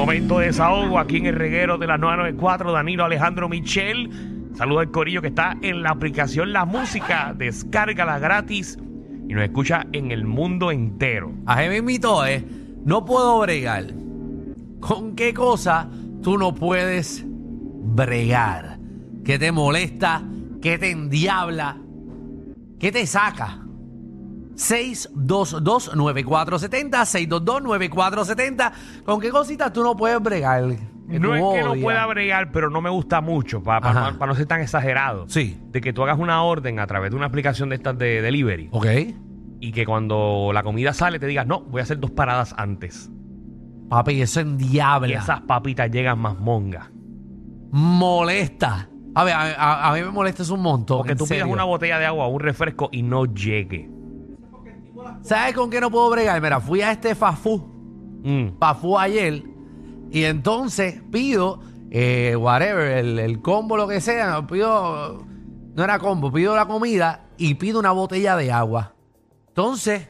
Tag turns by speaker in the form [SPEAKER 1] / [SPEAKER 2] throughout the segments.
[SPEAKER 1] Momento de desahogo aquí en el reguero de la 994, Danilo Alejandro Michel. Saluda al corillo que está en la aplicación La Música. Descárgala gratis y nos escucha en el mundo entero.
[SPEAKER 2] Ajé me invitó, ¿eh? No puedo bregar. ¿Con qué cosa tú no puedes bregar? ¿Qué te molesta? ¿Qué te endiabla? ¿Qué te saca? 622-9470, 622-9470. ¿Con qué cositas tú no puedes bregar? Que tú
[SPEAKER 1] No es que no
[SPEAKER 2] odias.
[SPEAKER 1] pueda bregar, pero no me gusta mucho, para
[SPEAKER 2] Ajá.
[SPEAKER 1] no ser tan exagerado.
[SPEAKER 2] Sí.
[SPEAKER 1] De que tú hagas una orden a través de una aplicación de estas de delivery
[SPEAKER 2] Ok.
[SPEAKER 1] y que cuando la comida sale te digas, no, voy a hacer dos paradas antes.
[SPEAKER 2] Papi, eso endiabla.
[SPEAKER 1] Y esas papitas llegan más mongas.
[SPEAKER 2] Molesta. A ver, a, a- a mí me molesta eso un montón.
[SPEAKER 1] Porque
[SPEAKER 2] en
[SPEAKER 1] tú pidas
[SPEAKER 2] serio.
[SPEAKER 1] una botella de agua, un refresco y no llegue.
[SPEAKER 2] ¿Sabes con qué no puedo bregar? Mira, fui a este fast food,
[SPEAKER 1] Mm.
[SPEAKER 2] fast food ayer, y entonces pido, eh, whatever, el, el combo, lo que sea, pido, no era combo, pido la comida y pido una botella de agua. Entonces,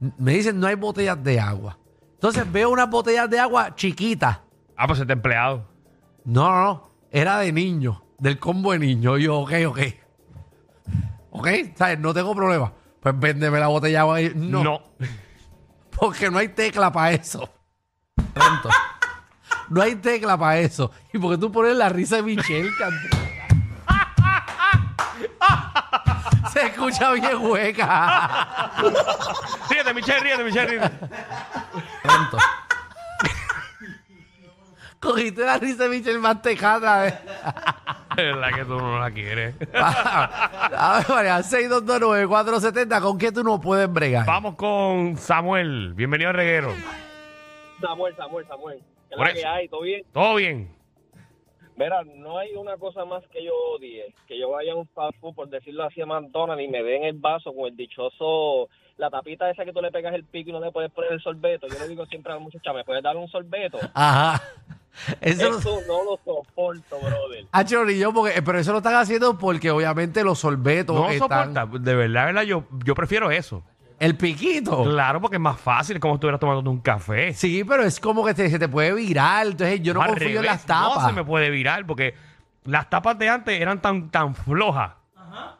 [SPEAKER 2] n- me dicen, no hay botellas de agua. Entonces veo unas botellas de agua chiquitas.
[SPEAKER 1] Ah, pues este empleado.
[SPEAKER 2] No, no, no. Era de niño, del combo de niño. Y yo, ok, ok. Ok, ¿sabes? No tengo problema. Pues véndeme la botella de agua. Y-
[SPEAKER 1] No.
[SPEAKER 2] Porque no hay tecla para eso. Pronto. No hay tecla para eso. Y porque tú pones la risa de Michelle cantando. Se escucha bien hueca.
[SPEAKER 1] Ríete, Michelle, ríete, Michelle, ríete.
[SPEAKER 2] Pronto. Cogiste la risa de Michelle más tejada. eh.
[SPEAKER 1] Es verdad que tú no la quieres.
[SPEAKER 2] A ver, María, 6229470, ¿con qué tú no puedes bregar?
[SPEAKER 1] Vamos con Samuel. Bienvenido al reguero.
[SPEAKER 3] Samuel, Samuel, Samuel. ¿Qué es
[SPEAKER 1] Por
[SPEAKER 3] la que
[SPEAKER 1] eso.
[SPEAKER 3] hay? ¿Todo bien?
[SPEAKER 1] ¿Todo bien?
[SPEAKER 3] Verá, no hay una cosa más que yo odie. Que yo vaya a un fast food, por decirlo así, a McDonald's y me den el vaso con el dichoso... La tapita esa que tú le pegas el pico y no le puedes poner el sorbeto. Yo le digo siempre a la muchacha, ¿me puedes dar un sorbeto?
[SPEAKER 2] Ajá. Eso,
[SPEAKER 1] Eh.
[SPEAKER 2] lo-
[SPEAKER 3] Eso no lo soporto, brother.
[SPEAKER 2] Ah, chero, ni yo, porque, pero eso lo están haciendo porque obviamente los sorbetos
[SPEAKER 1] No
[SPEAKER 2] están...
[SPEAKER 1] soporta. De verdad, de verdad, yo, yo prefiero eso.
[SPEAKER 2] El piquito.
[SPEAKER 1] Claro, porque es más fácil, es como si estuvieras tomando un café.
[SPEAKER 2] Sí, pero es como que te- se te puede virar. Entonces yo no
[SPEAKER 1] Al
[SPEAKER 2] confío en
[SPEAKER 1] revés,
[SPEAKER 2] las tapas.
[SPEAKER 1] No se me puede virar porque las tapas de antes eran tan, tan flojas.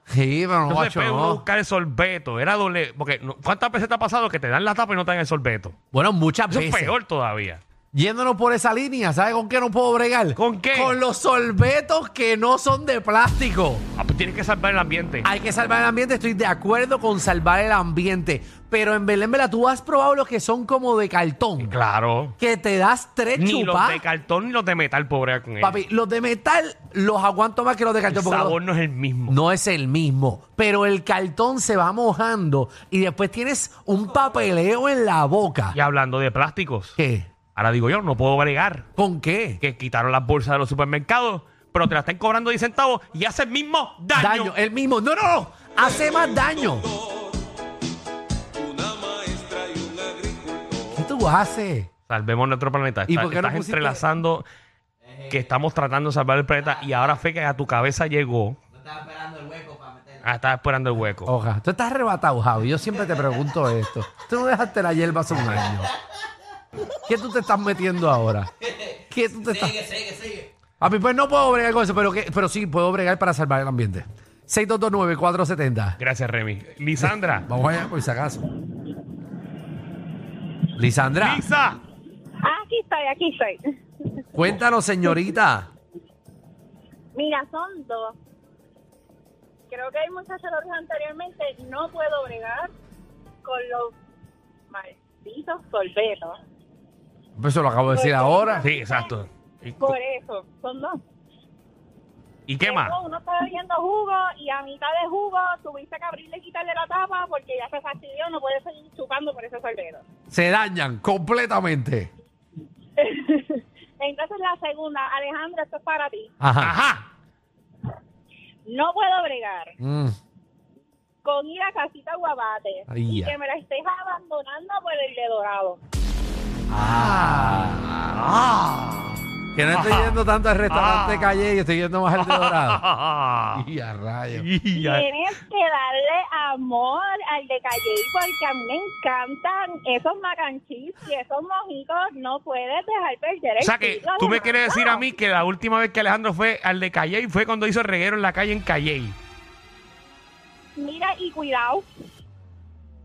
[SPEAKER 2] Sí, pero no,
[SPEAKER 1] Entonces
[SPEAKER 2] macho,
[SPEAKER 1] después uno
[SPEAKER 2] no.
[SPEAKER 1] buscar el sorbeto. Era doble. Porque no- ¿cuántas veces te ha pasado que te dan la tapa y no te dan el sorbeto?
[SPEAKER 2] Bueno, muchas
[SPEAKER 1] Eso
[SPEAKER 2] veces.
[SPEAKER 1] es peor todavía.
[SPEAKER 2] Yéndonos por esa línea, ¿sabes con qué no puedo bregar?
[SPEAKER 1] ¿Con qué?
[SPEAKER 2] Con los sorbetos que no son de plástico.
[SPEAKER 1] Ah, pues tienes que salvar el ambiente.
[SPEAKER 2] Hay que salvar el ambiente, estoy de acuerdo con salvar el ambiente. Pero en Belén, Vela, tú has probado los que son como de cartón.
[SPEAKER 1] Claro.
[SPEAKER 2] Que te das tres
[SPEAKER 1] Ni los
[SPEAKER 2] chupas.
[SPEAKER 1] de cartón ni los de metal, pobre con ellos.
[SPEAKER 2] Papi, los de metal los aguanto más que los de
[SPEAKER 1] el
[SPEAKER 2] cartón. porque
[SPEAKER 1] sabor
[SPEAKER 2] los-
[SPEAKER 1] no es el mismo.
[SPEAKER 2] no es el mismo. Pero el cartón se va mojando y después tienes un papeleo en la boca.
[SPEAKER 1] Y hablando de plásticos,
[SPEAKER 2] ¿Qué?
[SPEAKER 1] ahora digo yo, no puedo bregar.
[SPEAKER 2] ¿Con qué?
[SPEAKER 1] Que quitaron las bolsas de los supermercados, pero te la están cobrando 10 centavos y hace el mismo daño.
[SPEAKER 2] daño. eh. El mismo. No, no, no. Hace más daño. ¿Qué tú haces?
[SPEAKER 1] Salvemos nuestro planeta.
[SPEAKER 2] ¿Y
[SPEAKER 1] Está-
[SPEAKER 2] por qué no
[SPEAKER 1] estás
[SPEAKER 2] pusiste-
[SPEAKER 1] entrelazando que estamos tratando de salvar el planeta y ahora fue que a tu cabeza llegó. No estaba esperando el hueco para meterlo. Ah, estaba esperando el hueco.
[SPEAKER 2] Oja, tú estás arrebatado, Javi. Yo siempre te pregunto esto. Tú no dejaste la hierba hace un año. ¿Qué tú te estás metiendo ahora? ¿Qué tú te estás... A mí pues no puedo bregar con eso, pero, que- pero sí puedo bregar para salvar el ambiente. 6229470.
[SPEAKER 1] Gracias, Remy. Lisandra.
[SPEAKER 2] Vamos allá por si acaso. Lisandra,
[SPEAKER 1] Lisa.
[SPEAKER 4] Aquí estoy, aquí estoy.
[SPEAKER 2] cuéntanos, señorita.
[SPEAKER 4] Mira, son dos. Creo que hay muchas lo dijo anteriormente. No puedo bregar con los malditos sorbetos.
[SPEAKER 2] Pues Eso lo acabo de decir ahora.
[SPEAKER 1] Sí, exacto. ¿Y,
[SPEAKER 4] Por eso, son dos.
[SPEAKER 1] y qué más?
[SPEAKER 4] Uno está bebiendo jugo y a mitad de jugo tuviste que abrirle y quitarle la tapa porque ya se fastidió, no puedes seguir chupando por ese sorbeto.
[SPEAKER 2] Se dañan completamente.
[SPEAKER 4] Entonces la segunda, Alejandra, esto es para ti.
[SPEAKER 2] Ajá.
[SPEAKER 1] Ajá.
[SPEAKER 4] No puedo bregar
[SPEAKER 2] Mm.
[SPEAKER 4] con ir a casita guabate
[SPEAKER 2] Ay,
[SPEAKER 4] y
[SPEAKER 2] ya.
[SPEAKER 4] que me la estés
[SPEAKER 1] Ah.
[SPEAKER 4] abandonando por el de dorado.
[SPEAKER 2] Ah. Que no estoy
[SPEAKER 1] Ajá.
[SPEAKER 2] yendo tanto al restaurante
[SPEAKER 1] Ah.
[SPEAKER 2] calle, yo estoy yendo más al de dorado. y a rayos.
[SPEAKER 1] Y ya-
[SPEAKER 4] Tienes que darle amor al de Calle porque a mí me encantan esos macanchis y esos mojitos. No puedes dejar perder
[SPEAKER 1] O
[SPEAKER 4] el
[SPEAKER 1] sea que
[SPEAKER 4] ciclo
[SPEAKER 1] tú
[SPEAKER 4] de
[SPEAKER 1] me quieres decir
[SPEAKER 4] nada.
[SPEAKER 1] a mí que la última vez que Alejandro fue al de Calley fue cuando hizo el reguero en la calle en Calley.
[SPEAKER 4] Mira y cuidado.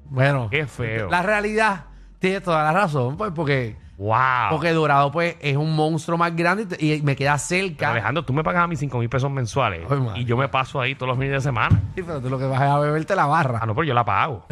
[SPEAKER 2] Bueno,
[SPEAKER 1] Qué feo.
[SPEAKER 2] la realidad tiene toda la razón, pues, porque,
[SPEAKER 1] Wow.
[SPEAKER 2] porque Dorado, pues, es un monstruo más grande y te- y, me queda
[SPEAKER 1] Pero
[SPEAKER 2] cerca.
[SPEAKER 1] Alejandro, tú me pagas a mis 5 mil pesos mensuales
[SPEAKER 2] Ay, madre.
[SPEAKER 1] y yo me paso ahí todos los fines de semana.
[SPEAKER 2] Sí, pero tú lo que vas es a beberte la barra.
[SPEAKER 1] Ah, no, pero yo la pago.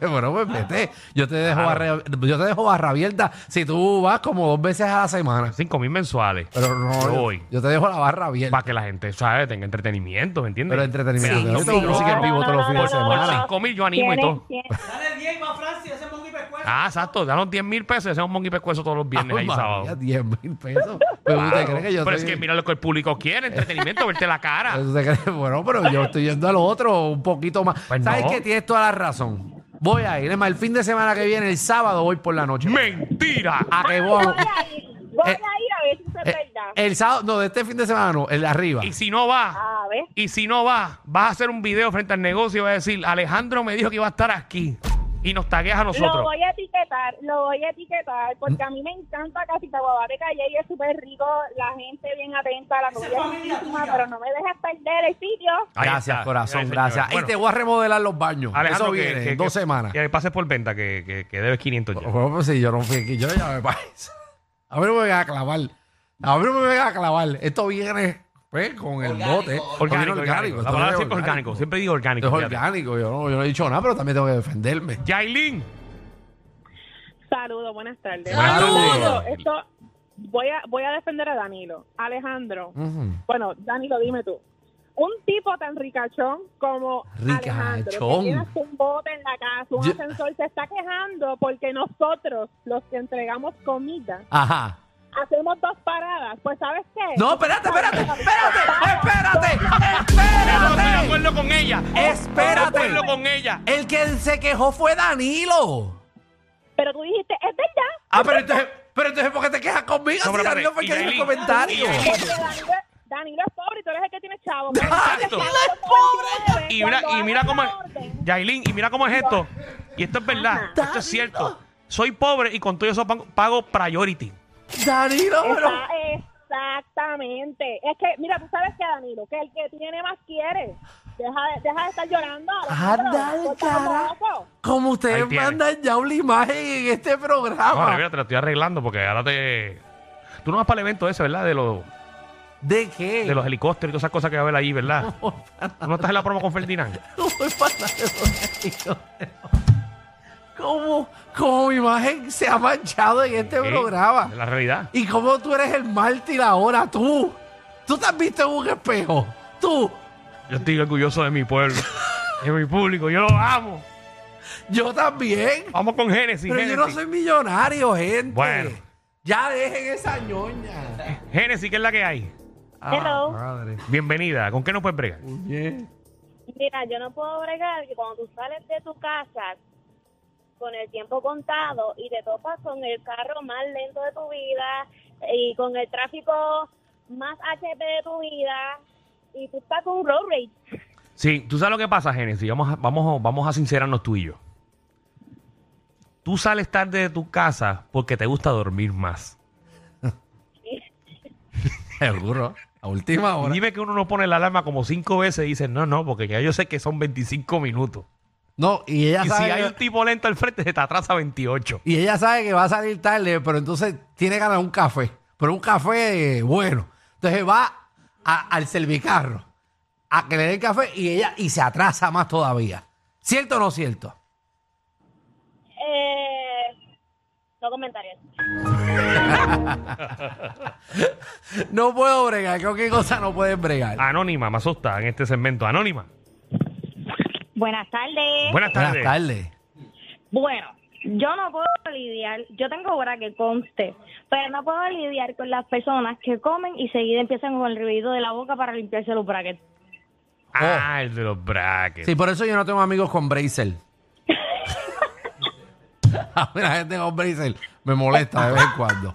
[SPEAKER 2] bueno, pues vete. Yo te dejo
[SPEAKER 1] Claro.
[SPEAKER 2] barra, yo te dejo barra abierta si tú vas como dos veces a la semana.
[SPEAKER 1] 5 mil mensuales.
[SPEAKER 2] Pero no,
[SPEAKER 1] Yo
[SPEAKER 2] yo,
[SPEAKER 1] voy.
[SPEAKER 2] yo te dejo la barra abierta.
[SPEAKER 1] Para que la gente, ¿sabes? Tenga entretenimiento, ¿me entiendes?
[SPEAKER 2] Pero entretenimiento.
[SPEAKER 1] Me dan
[SPEAKER 2] Yo
[SPEAKER 1] dos
[SPEAKER 2] tengo
[SPEAKER 1] mil,
[SPEAKER 2] música en
[SPEAKER 1] cinco
[SPEAKER 2] vivo todos los fines de
[SPEAKER 1] mil. Por
[SPEAKER 2] semana.
[SPEAKER 1] 5 mil yo animo y
[SPEAKER 4] Tienes-
[SPEAKER 1] todo.
[SPEAKER 4] tienes-
[SPEAKER 5] Dale 10 más Francia, ese mongo y pescuezo.
[SPEAKER 1] Ah, exacto. Danos 10 mil pesos y hacemos mongo y pescuezo todos los viernes
[SPEAKER 2] Ay,
[SPEAKER 1] ahí
[SPEAKER 2] María,
[SPEAKER 1] sábado.
[SPEAKER 2] 10 mil pesos. Pero tú te crees que yo
[SPEAKER 1] Pero es
[SPEAKER 2] estoy-
[SPEAKER 1] que mira lo que el público quiere, entretenimiento, verte la cara.
[SPEAKER 2] ¿Tú te crees? Bueno, pero yo estoy yendo al otro un poquito más.
[SPEAKER 1] Pues
[SPEAKER 2] ¿Sabes
[SPEAKER 1] no.
[SPEAKER 2] qué? Tienes toda la razón. Voy a ir. Es más, el fin de semana que viene, el sábado, voy por la noche.
[SPEAKER 1] ¡Mentira!
[SPEAKER 2] A que
[SPEAKER 4] Voy
[SPEAKER 2] voy.
[SPEAKER 4] a ir, voy
[SPEAKER 2] Ah, Eh,
[SPEAKER 4] a ir a ver si eso es
[SPEAKER 2] Eh,
[SPEAKER 4] verdad.
[SPEAKER 2] el sábado, no, de este fin de semana no, el de arriba.
[SPEAKER 1] Y si no va,
[SPEAKER 4] A ver.
[SPEAKER 1] y si no va, vas a hacer un video frente al negocio y vas a decir, Alejandro me dijo que iba a estar aquí. Y nos tagueas a
[SPEAKER 4] Lo
[SPEAKER 1] nosotros.
[SPEAKER 4] voy a etiquetar, lo voy a etiquetar, porque a mí me encanta Casita Guabá de Calle y es súper rico, la gente bien atenta, la
[SPEAKER 5] Esa
[SPEAKER 4] comida
[SPEAKER 5] es familia
[SPEAKER 4] riquísima,
[SPEAKER 5] tuya.
[SPEAKER 4] pero no me dejes perder el sitio.
[SPEAKER 1] Ahí
[SPEAKER 2] Gracias,
[SPEAKER 1] está.
[SPEAKER 2] corazón,
[SPEAKER 1] Ahí, señor.
[SPEAKER 2] gracias.
[SPEAKER 1] Bueno.
[SPEAKER 2] Y te voy a remodelar los baños. Eso
[SPEAKER 1] que-
[SPEAKER 2] viene
[SPEAKER 1] que-
[SPEAKER 2] en dos
[SPEAKER 1] que-
[SPEAKER 2] semanas.
[SPEAKER 1] Que pases por venta, que, que, que debes 500 ya.
[SPEAKER 2] Bueno, pues si yo no fui aquí, yo ya me parece. A ver, me voy a clavar. A ver, me voy a clavar. Esto viene pues, con el
[SPEAKER 5] Orgánico,
[SPEAKER 2] bote.
[SPEAKER 5] orgánico.
[SPEAKER 2] Esto viene
[SPEAKER 1] Orgánico, orgánico. La
[SPEAKER 2] esto
[SPEAKER 1] palabra
[SPEAKER 2] viene
[SPEAKER 1] siempre es orgánico. Siempre digo orgánico.
[SPEAKER 2] Es
[SPEAKER 1] fíjate.
[SPEAKER 2] orgánico. Yo no, yo no he dicho nada, pero también tengo que defenderme.
[SPEAKER 1] Yailin.
[SPEAKER 4] Saludos, buenas tardes.
[SPEAKER 1] Buenas
[SPEAKER 4] Saludos,
[SPEAKER 1] tardes.
[SPEAKER 4] Esto, voy, a, voy a defender a Danilo. Alejandro,
[SPEAKER 2] Ujú.
[SPEAKER 4] bueno, Danilo, dime tú. Un tipo tan ricachón como Alejandro,
[SPEAKER 2] Ricachón.
[SPEAKER 4] que tiene hasta un bote en la casa, un
[SPEAKER 2] Yo-
[SPEAKER 4] ascensor, se está quejando porque nosotros, los que entregamos comida,
[SPEAKER 2] Ajá.
[SPEAKER 4] hacemos dos paradas. Pues, ¿sabes qué?
[SPEAKER 2] No, espérate, espérate, espérate,
[SPEAKER 1] No estoy de
[SPEAKER 2] espérate,
[SPEAKER 1] acuerdo con ella.
[SPEAKER 2] espérate,
[SPEAKER 1] Estoy de acuerdo
[SPEAKER 2] espérate.
[SPEAKER 1] con ella.
[SPEAKER 2] El que se quejó fue Danilo.
[SPEAKER 4] Pero tú dijiste, es verdad.
[SPEAKER 2] Ah, pero entonces, pero entonces ¿por qué te quejas conmigo?
[SPEAKER 1] No,
[SPEAKER 2] si
[SPEAKER 1] pero
[SPEAKER 2] Danilo
[SPEAKER 1] espérate,
[SPEAKER 2] fue el
[SPEAKER 1] y
[SPEAKER 2] que hizo el
[SPEAKER 1] Yailin.
[SPEAKER 2] comentario.
[SPEAKER 1] Y Yailin.
[SPEAKER 4] Porque Danilo, Danilo es pobre y tú eres el que tiene chavo.
[SPEAKER 1] Exacto.
[SPEAKER 4] Porque Danilo es
[SPEAKER 1] Y mira,
[SPEAKER 4] Cuando
[SPEAKER 1] y mira
[SPEAKER 4] hagas
[SPEAKER 1] cómo
[SPEAKER 4] la
[SPEAKER 1] es,
[SPEAKER 4] orden,
[SPEAKER 1] Yailin, y mira cómo es esto. Y esto es verdad,
[SPEAKER 2] Ajá.
[SPEAKER 1] esto es cierto. Soy pobre y con todo eso pago- pago priority.
[SPEAKER 2] Danilo, pero...
[SPEAKER 4] está- Exactamente. Es que, mira, tú sabes que Danilo, que el que tiene más quiere. Deja de, deja de estar llorando. Alejandro,
[SPEAKER 2] Anda al
[SPEAKER 4] corta los
[SPEAKER 2] cara.
[SPEAKER 4] brazos.
[SPEAKER 2] Como
[SPEAKER 1] Ahí
[SPEAKER 2] ustedes
[SPEAKER 1] tiene.
[SPEAKER 2] mandan ya una imagen en este
[SPEAKER 1] No,
[SPEAKER 2] programa.
[SPEAKER 1] Rivera, te la estoy arreglando porque ahora te. Tú no vas para el evento ese, ¿verdad? De los,
[SPEAKER 2] ¿De qué?
[SPEAKER 1] de los helicópteros y todas esas cosas que va a haber ahí, ¿verdad? Tú no estás en la promo con Ferdinand.
[SPEAKER 2] ¿Cómo es pasando? ¿Cómo, ¿Cómo mi imagen se ha manchado en este
[SPEAKER 1] Sí,
[SPEAKER 2] programa?
[SPEAKER 1] es La realidad.
[SPEAKER 2] ¿Y cómo tú eres el mártir ahora, tú? ¿Tú te has visto en un espejo? Tú,
[SPEAKER 1] Yo estoy orgulloso de mi pueblo, de mi público. Yo lo amo.
[SPEAKER 2] yo también.
[SPEAKER 1] Vamos con Génesis.
[SPEAKER 2] Pero yo
[SPEAKER 1] Génesis.
[SPEAKER 2] no soy millonario, gente.
[SPEAKER 1] Bueno.
[SPEAKER 2] Ya dejen esa ñoña.
[SPEAKER 1] Génesis, ¿qué es la que hay?
[SPEAKER 2] Ah,
[SPEAKER 4] Hello.
[SPEAKER 2] madre.
[SPEAKER 1] Bienvenida. ¿Con qué nos puedes bregar?
[SPEAKER 2] Muy bien.
[SPEAKER 4] Mira, yo no puedo bregar que cuando tú sales de tu casa con el tiempo contado y te topas con el carro más lento de tu vida y con el tráfico más HP de tu vida y tú estás con un road rage.
[SPEAKER 1] Sí, tú sabes lo que pasa, Génesis. Vamos a, vamos, a- vamos a sincerarnos tú y yo. Tú sales tarde de tu casa porque te gusta dormir más.
[SPEAKER 2] Seguro. A última
[SPEAKER 1] Y
[SPEAKER 2] hora.
[SPEAKER 1] dime que uno no pone la alarma como cinco veces y dice, no, no, porque ya yo sé que son 25 minutos.
[SPEAKER 2] No, y ella
[SPEAKER 1] Y si
[SPEAKER 2] sabe.
[SPEAKER 1] hay un tipo lento al frente, se te atrasa 28.
[SPEAKER 2] Y ella sabe que va a salir tarde, pero entonces tiene ganas de un café. Pero un café eh, bueno. Entonces va a- al servicarro a que le den café y ella y se atrasa más todavía. ¿Cierto o no cierto?
[SPEAKER 4] Eh, no comentaré.
[SPEAKER 2] No puedo bregar. ¿Con qué cosa no puedes bregar?
[SPEAKER 1] Anónima, me asusta en este segmento. Anónima.
[SPEAKER 4] Buenas tardes.
[SPEAKER 1] Buenas tardes.
[SPEAKER 2] Buenas tardes.
[SPEAKER 4] Bueno, yo no puedo lidiar, yo tengo hora que conste, pero no puedo lidiar con las personas que comen y seguida empiezan con el ruido de la boca para limpiarse los brackets.
[SPEAKER 1] Ah, el de los brackets.
[SPEAKER 2] Sí, por eso yo no tengo amigos con Bracer. A mí la gente con Bracer me molesta de vez en cuando.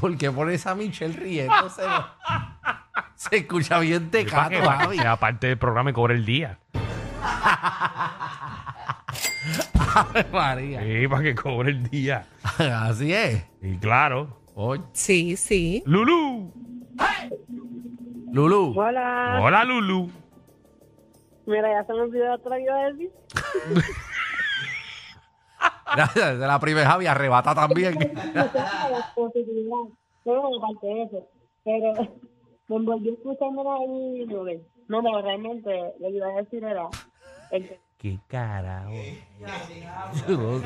[SPEAKER 2] ¿Por qué pones a Michelle riéndose? Se escucha bien tecato,
[SPEAKER 1] Para que- para que
[SPEAKER 2] Javi.
[SPEAKER 1] sea parte del programa y cobre el día.
[SPEAKER 2] Ave María.
[SPEAKER 1] Sí, para que cobre el día.
[SPEAKER 2] Así es.
[SPEAKER 1] Y claro.
[SPEAKER 2] Oye,
[SPEAKER 6] Sí, sí.
[SPEAKER 1] Lulu.
[SPEAKER 2] Lulu.
[SPEAKER 7] Hola.
[SPEAKER 1] Hola, Lulu.
[SPEAKER 7] Mira, ya se me olvidó otra que iba a decir.
[SPEAKER 2] Gracias, de la primera Javi arrebata también.
[SPEAKER 7] la positividad. Bueno, aparte de eso. Pero me envolvió escuchándola ahí, Robert. No, pero realmente lo que iba a decir era... el-
[SPEAKER 1] Qué carajo.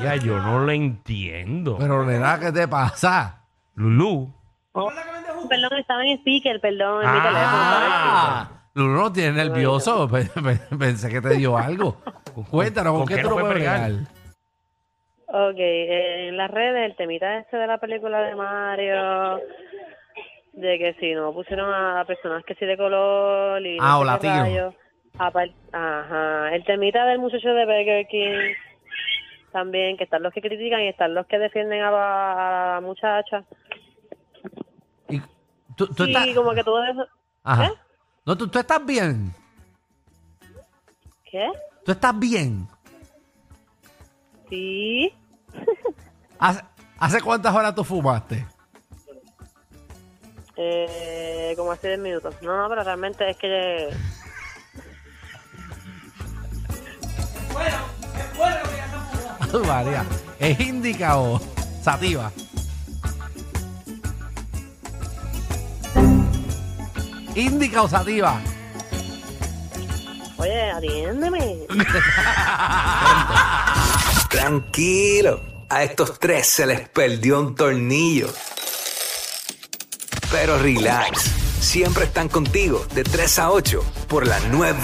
[SPEAKER 1] Ya, yo no la entiendo.
[SPEAKER 2] Pero nena, ¿qué te pasa?
[SPEAKER 1] Lulu.
[SPEAKER 7] Perdón, estaba en speaker, perdón, en mi
[SPEAKER 1] Ah.
[SPEAKER 7] teléfono. estaba en speaker.
[SPEAKER 2] Ah, Lulu no tiene nervioso. Pe- pe- Pensé que te dio algo. Cuéntanos, ¿con,
[SPEAKER 1] ¿Con
[SPEAKER 2] qué
[SPEAKER 1] qué
[SPEAKER 2] tú
[SPEAKER 1] no
[SPEAKER 2] no
[SPEAKER 1] puedes
[SPEAKER 2] puedes
[SPEAKER 1] bregar?
[SPEAKER 2] bregar?
[SPEAKER 7] Ok, eh, en las redes el temita este de la película de Mario, de que si no pusieron a personas que sí de color y no
[SPEAKER 2] Ah, o
[SPEAKER 7] sé qué
[SPEAKER 2] latino.
[SPEAKER 7] rayos. Apar- Ajá, el temita del muchacho de Burger King también, que están los que critican y están los que defienden a, la- a la muchacha.
[SPEAKER 2] Y tú, tú
[SPEAKER 7] y
[SPEAKER 2] estás...
[SPEAKER 7] como que todo eso...
[SPEAKER 2] Ajá.
[SPEAKER 7] ¿Eh?
[SPEAKER 2] No, tú, tú estás bien.
[SPEAKER 7] ¿Qué?
[SPEAKER 2] Tú estás bien.
[SPEAKER 7] Sí,
[SPEAKER 2] ¿Hace, hace cuántas horas tú fumaste?
[SPEAKER 7] eh, como hace 10 minutos. No, no, pero realmente es que...
[SPEAKER 5] Bueno, es bueno que ya estamos jugando.
[SPEAKER 2] Ave María. ¿Es índica o sativa? Índica o sativa.
[SPEAKER 7] Oye, atiéndeme.
[SPEAKER 8] Tranquilo, a estos tres se les perdió un tornillo. Pero relax, siempre están contigo de 3 a 8 por la nueva.